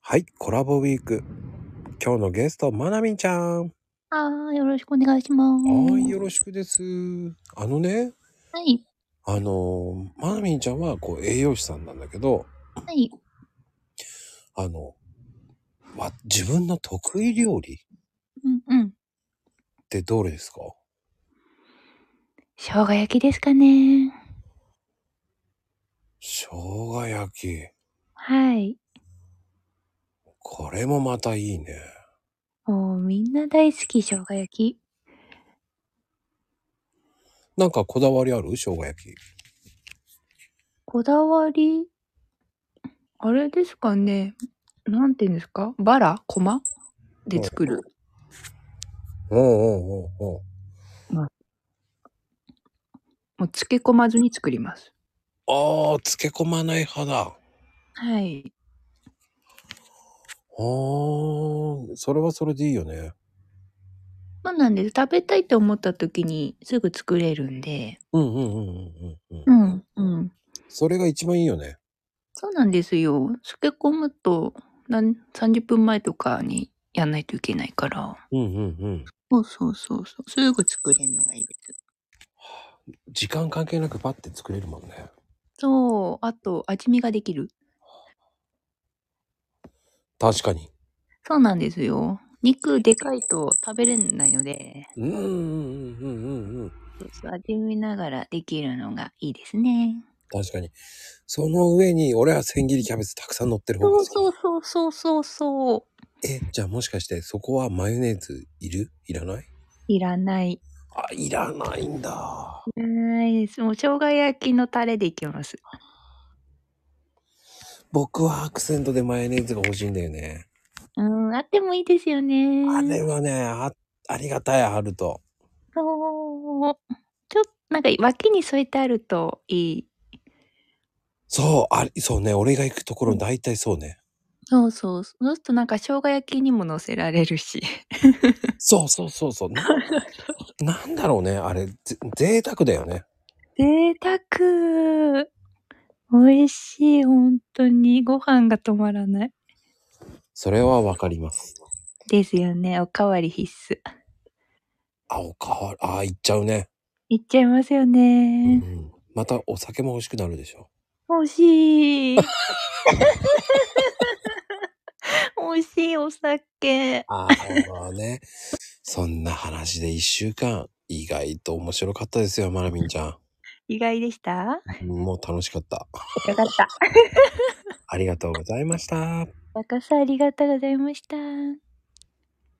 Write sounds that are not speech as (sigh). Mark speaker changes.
Speaker 1: はい、コラボウィーク。今日のゲスト、まなみんちゃん。
Speaker 2: ああ、よろしくお願いしま
Speaker 1: はい、よろ
Speaker 2: す。
Speaker 1: しくです。あのね、
Speaker 2: はい、
Speaker 1: あのー、まなみんちゃんは、こう、栄養士さんなんだけど、
Speaker 2: はい。
Speaker 1: あの、わ自分の得意料理
Speaker 2: うんうん。
Speaker 1: ってどれですか
Speaker 2: 生姜焼きですかね。
Speaker 1: 生姜焼き。
Speaker 2: はい。
Speaker 1: これもまたいいね。
Speaker 2: もうみんな大好き、生姜焼き。
Speaker 1: なんかこだわりある生姜焼き。
Speaker 2: こだわり、あれですかね。なんていうんですかバラコマ
Speaker 1: う
Speaker 2: で
Speaker 1: ん。
Speaker 2: 作る。
Speaker 1: おうんうんうんうん。
Speaker 2: まあ、もう漬け込まずに作ります。
Speaker 1: ああ、漬け込まない派だ。
Speaker 2: はい。
Speaker 1: あー、それはそれでいいよね。
Speaker 2: そうなんです。食べたいと思った時にすぐ作れるんで。
Speaker 1: うんうんうんうんうんうん。
Speaker 2: うんうん。
Speaker 1: それが一番いいよね。
Speaker 2: そうなんですよ。漬け込むと、なん30分前とかにやんないといけないから。
Speaker 1: うんうんうん。
Speaker 2: そうそうそうそう。すぐ作れるのがいいです。
Speaker 1: 時間関係なくパッて作れるもんね。
Speaker 2: そう。あと、味見ができる。
Speaker 1: 確かに。
Speaker 2: そうなんですよ。肉でかいと食べれないので、
Speaker 1: うんうんうんうんうんうん。
Speaker 2: そうそう味見ながらできるのがいいですね。
Speaker 1: 確かに。その上に俺は千切りキャベツたくさん乗ってる方が
Speaker 2: そう
Speaker 1: 好
Speaker 2: そうそうそうそうそう。
Speaker 1: き。え、じゃあもしかしてそこはマヨネーズいるいらない
Speaker 2: いらない。
Speaker 1: あ、いらないんだ。
Speaker 2: いらないです。もう生姜焼きのタレでいきます。
Speaker 1: 僕はアクセントでマヨネーズが欲しいんだよね。
Speaker 2: うん、あってもいいですよ
Speaker 1: あれ
Speaker 2: ね。
Speaker 1: はね、あありがたい、あると。
Speaker 2: そう。ちょっと、なんか脇に添えてあるといい。
Speaker 1: そう、あそうね、俺が行くとこ
Speaker 2: う
Speaker 1: ろ
Speaker 2: ん
Speaker 1: 大体そうね。
Speaker 2: そうそう。そうするとなんか生姜焼きにも乗せられるし。
Speaker 1: そうそうそうそう。な、 (laughs) なんだろうね、あれ、ぜ贅沢だよね。
Speaker 2: 贅沢。美味しい、本当に。ご飯が止まらない。
Speaker 1: それはわかります。
Speaker 2: ですよね。おかわり必須。
Speaker 1: あ、おかわり、あ、行っちゃうね。
Speaker 2: いっちゃいますよ
Speaker 1: う
Speaker 2: ね。
Speaker 1: ん。またお酒も欲しくなるでしょ。
Speaker 2: 欲しい。欲しい、お酒。
Speaker 1: ああね。そんな話で一週間、意外と面白かったですよ、まなみんちゃ
Speaker 2: 意外でした
Speaker 1: ん。もう楽しかった。
Speaker 2: よかった。
Speaker 1: ありがとうございました。
Speaker 2: 高さんありがとうございました。